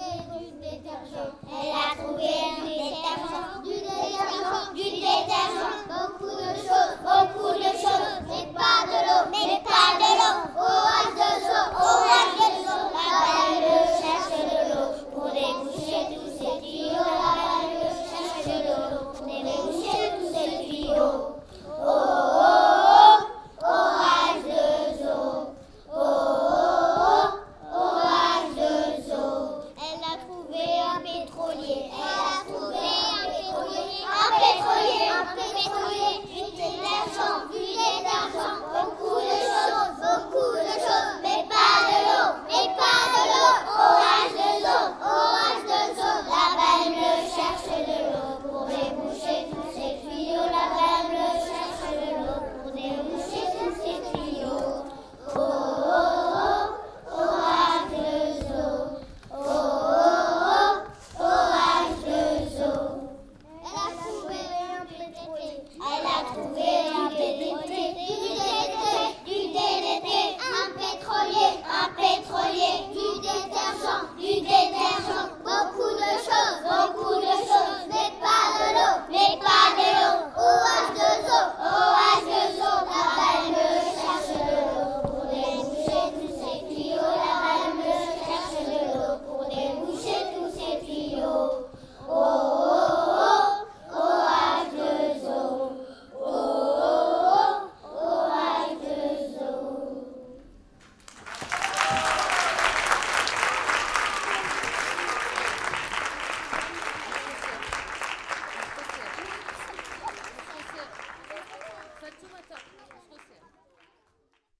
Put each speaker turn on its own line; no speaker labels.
du détergent. Elle a trouvé un détergent du